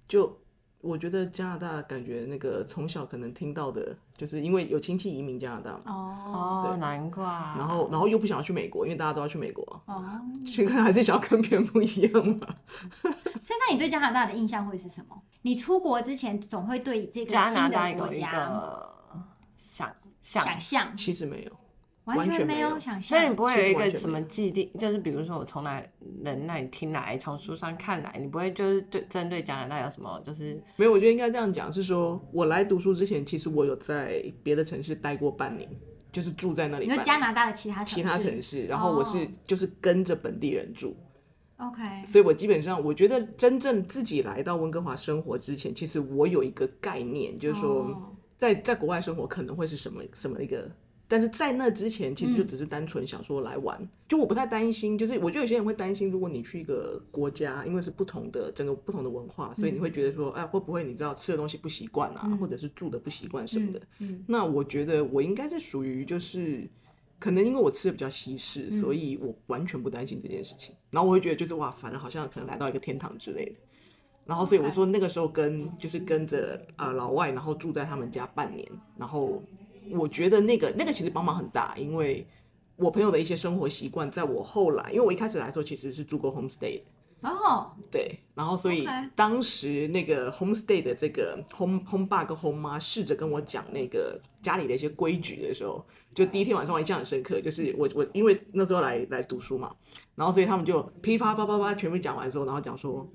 [SPEAKER 2] 就我觉得加拿大感觉那个从小可能听到的，就是因为有亲戚移民加拿大嘛，
[SPEAKER 3] 哦
[SPEAKER 1] 哦
[SPEAKER 2] 对，
[SPEAKER 1] 难怪。
[SPEAKER 2] 然后然后又不想要去美国，因为大家都要去美国啊，
[SPEAKER 3] 哦，
[SPEAKER 2] *laughs* 这个还是想要跟别人不一样嘛。
[SPEAKER 3] 所以那你对加拿大的印象会是什么？你出国之前总会对这个
[SPEAKER 1] 加拿
[SPEAKER 3] 新
[SPEAKER 1] 大
[SPEAKER 3] 的国
[SPEAKER 1] 有一
[SPEAKER 3] 家
[SPEAKER 1] 个想
[SPEAKER 3] 想
[SPEAKER 1] 想，
[SPEAKER 3] 象，
[SPEAKER 2] 其实没有，
[SPEAKER 3] 完
[SPEAKER 2] 完
[SPEAKER 3] 全
[SPEAKER 2] 全
[SPEAKER 3] 没
[SPEAKER 2] 没
[SPEAKER 3] 有
[SPEAKER 2] 有
[SPEAKER 3] 想
[SPEAKER 1] 所以你
[SPEAKER 3] 象。
[SPEAKER 1] 不会有一
[SPEAKER 2] 其实完
[SPEAKER 1] 个
[SPEAKER 2] 全
[SPEAKER 1] 什
[SPEAKER 2] 没
[SPEAKER 1] 么既定，就是比如说我从哪人那里听来，从书上看来，你不会就是对针对加拿大有什么就是
[SPEAKER 2] 没有，我觉得应该这样讲，是说我来读书之前，其实我有在别的城市待过半年，就是住在那里
[SPEAKER 3] 你
[SPEAKER 2] 半
[SPEAKER 3] 说
[SPEAKER 2] 年。
[SPEAKER 3] 加拿大的哦其他城市
[SPEAKER 2] 其他城市，然后我是、就是跟着本地人住，
[SPEAKER 3] o k
[SPEAKER 2] 所以我基本上我觉得真正自己来到温哥华生活之前，其实我有一个概念，就是说
[SPEAKER 3] 哦
[SPEAKER 2] 在在国外生活可能会是什么什么一个。但是在那之前，其实就只是单纯想说来玩，就我不太担心。就是我觉得有些人会担心，如果你去一个国家，因为是不同的整个不同的文化，所以你会觉得说，哎，会不会你知道吃的东西不习惯啊，或者是住的不习惯什么的。
[SPEAKER 3] 嗯
[SPEAKER 2] 那我觉得我应该是属于就是，可能因为我吃的比较西式，所以我完全不担心这件事情。然后我会觉得就是哇，反正好像可能来到一个天堂之类的。然后所以我说那个时候跟就是跟着啊、呃老外，然后住在他们家半年，然后我觉得那个那个其实帮忙很大，因为我朋友的一些生活习惯，在我后来，因为我一开始来的时候其实是住过 homestay 的。
[SPEAKER 3] 哦，
[SPEAKER 2] 对，然后所以
[SPEAKER 3] OK
[SPEAKER 2] 当时那个 homestay 的这个 home home 爸跟 home 妈试着跟我讲那个家里的一些规矩的时候，就第一天晚上我印象很深刻，就是我我因为那时候来来读书嘛，然后所以他们就噼里啪啦啪啪啪全部讲完之后，然后讲说，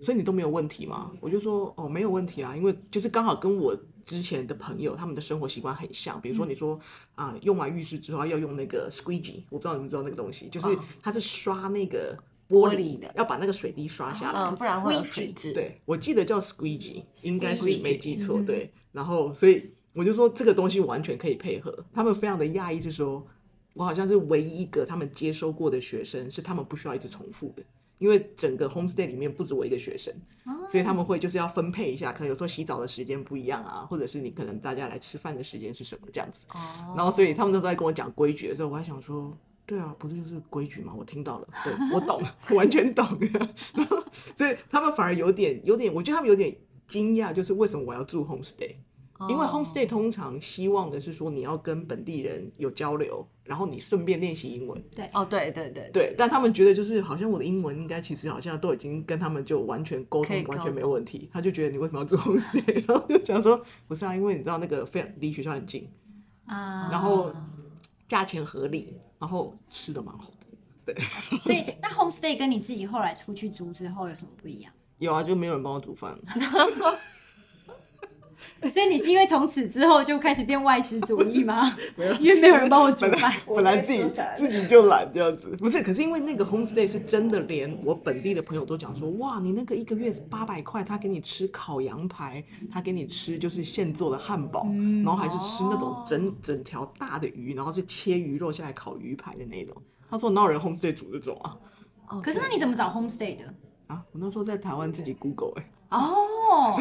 [SPEAKER 2] 所以你都没有问题吗？我就说哦没有问题啊，因为就是刚好跟我。之前的朋友，他们的生活习惯很像，比如
[SPEAKER 1] 嗯
[SPEAKER 2] 说你说啊、用完浴室之后要用那个 squeegee，我不知道你们知道那个东西，就是它是刷那个玻
[SPEAKER 1] 嗯玻
[SPEAKER 2] 璃
[SPEAKER 1] 璃的
[SPEAKER 2] 要把那个水滴刷下来，
[SPEAKER 1] 嗯，不然会有水质。
[SPEAKER 2] 对，我记得叫 squeegee，应该是
[SPEAKER 1] Squeegee
[SPEAKER 2] 没记错。对，然后所以我就说这个东西完全可以配合。他们非常的讶异，是说我好像是唯一一个他们接收过的学生，是他们不需要一直重复的。因为整个 homestay 里面不止我一个学生，所以他们会就是要分配一下，可能有时候洗澡的时间不一样啊，或者是你可能大家来吃饭的时间是什么这样子。
[SPEAKER 1] 哦，
[SPEAKER 2] 然后所以他们都在跟我讲规矩的时候，我还想说，对啊，不是就是规矩嘛，我听到了，对我懂， *laughs* 我完全懂。然后所以他们反而有点有点，我觉得他们有点惊讶，就是为什么我要住 homestay。因
[SPEAKER 1] 哦
[SPEAKER 2] 为 homestay 通常希望的是说你要跟本地人有交流，然后你顺便练习英文，
[SPEAKER 1] 哦，对对对，
[SPEAKER 2] 对。但他们觉得就是好像我的英文应该其实好像都已经跟他们就完全沟
[SPEAKER 1] 可以
[SPEAKER 2] 通完全
[SPEAKER 1] 沟
[SPEAKER 2] 没
[SPEAKER 1] 通
[SPEAKER 2] 问题，他就觉得你为什么要住 homestay？然后 *laughs* 就想说不是啊，因为你知道那个非常离学校很近，
[SPEAKER 3] 啊、
[SPEAKER 2] 然后价钱合理，然后吃的蛮好的。
[SPEAKER 3] *laughs* 所以那 homestay 跟你自己后来出去租之后有什么不一样？ *laughs*
[SPEAKER 2] 有啊，就没有人帮我煮 *laughs* 饭，
[SPEAKER 3] 所以你是因为从此之后就开始变外食主义吗？
[SPEAKER 2] *laughs*
[SPEAKER 3] 因为没有人帮我煮饭。
[SPEAKER 2] 本来自己自己就懒这样子。不是，可是因为那个 homestay 是真的，连我本地的朋友都讲说，哇，你那个一个月八百块，他给你吃烤羊排，他给你吃就是现做的汉堡，
[SPEAKER 3] 嗯
[SPEAKER 2] 然后还是吃那
[SPEAKER 3] 哦
[SPEAKER 2] 种整整条大的鱼，然后是切鱼肉下来烤鱼排的那种。他说哪有人 homestay 煮这种啊？
[SPEAKER 1] 哦
[SPEAKER 3] 可是那你怎么找 homestay 的？
[SPEAKER 2] 啊，我那时候在台湾自己 Google 哎、
[SPEAKER 3] 哦，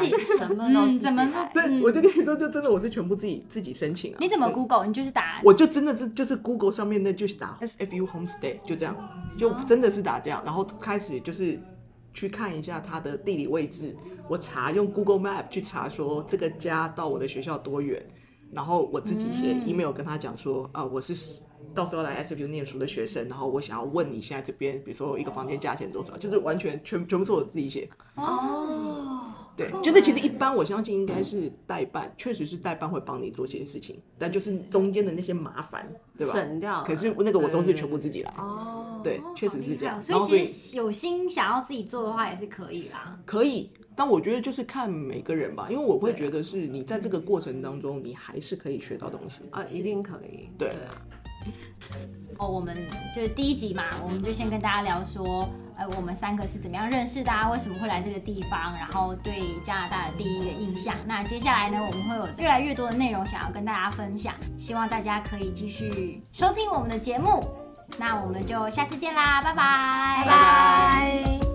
[SPEAKER 1] 自
[SPEAKER 3] 己
[SPEAKER 1] 什么都
[SPEAKER 3] 嗯
[SPEAKER 1] 自己
[SPEAKER 3] 怎么
[SPEAKER 1] 来
[SPEAKER 2] 对，我就跟你说，就真的我是全部自己自己申请啊。
[SPEAKER 3] 嗯你怎么
[SPEAKER 2] 所以
[SPEAKER 3] Google？你就是打
[SPEAKER 2] 我就真的是就是 Google 上面那就是打 S F U homestay 就这样，就
[SPEAKER 3] 哦
[SPEAKER 2] 真的是打这样，然后开始就是去看一下它的地理位置，我查用 Google Map 去查说这个家到我的学校多远，然后我自己写
[SPEAKER 3] 嗯
[SPEAKER 2] email 跟他讲说啊、我是。到时候来 S F U 念书的学生，然后我想要问你现在这边，比如说一个房间价钱多少，就是完全全全部是我自己写，
[SPEAKER 1] 哦，
[SPEAKER 2] 对，就是其实一般我相信应该是代办，确实是代办会帮你做这些事情，但就是中间的那些麻烦，对吧？
[SPEAKER 1] 嗯省掉了。
[SPEAKER 2] 可是那个我都是
[SPEAKER 1] 对
[SPEAKER 2] 全部自己来，
[SPEAKER 1] 哦，
[SPEAKER 2] 对，确实是这样。
[SPEAKER 3] 所
[SPEAKER 2] 然
[SPEAKER 3] 以
[SPEAKER 2] 后
[SPEAKER 3] 其实有心想要自己做的话也是可以啦。
[SPEAKER 2] 可以，但我觉得就是看每个人吧，因为我会
[SPEAKER 1] 对啊
[SPEAKER 2] 觉得是你在这个过程当中，你还是可以学到东西。
[SPEAKER 1] 啊，一定可以。
[SPEAKER 2] 对
[SPEAKER 3] 哦，我们就是第一集嘛，我们就先跟大家聊说，呃，我们三个是怎么样认识的、啊，为什么会来这个地方，然后对加拿大的第一个印象。那接下来呢，我们会有越来越多的内容想要跟大家分享，希望大家可以继续收听我们的节目。那我们就下次见啦，拜拜，
[SPEAKER 1] 拜拜。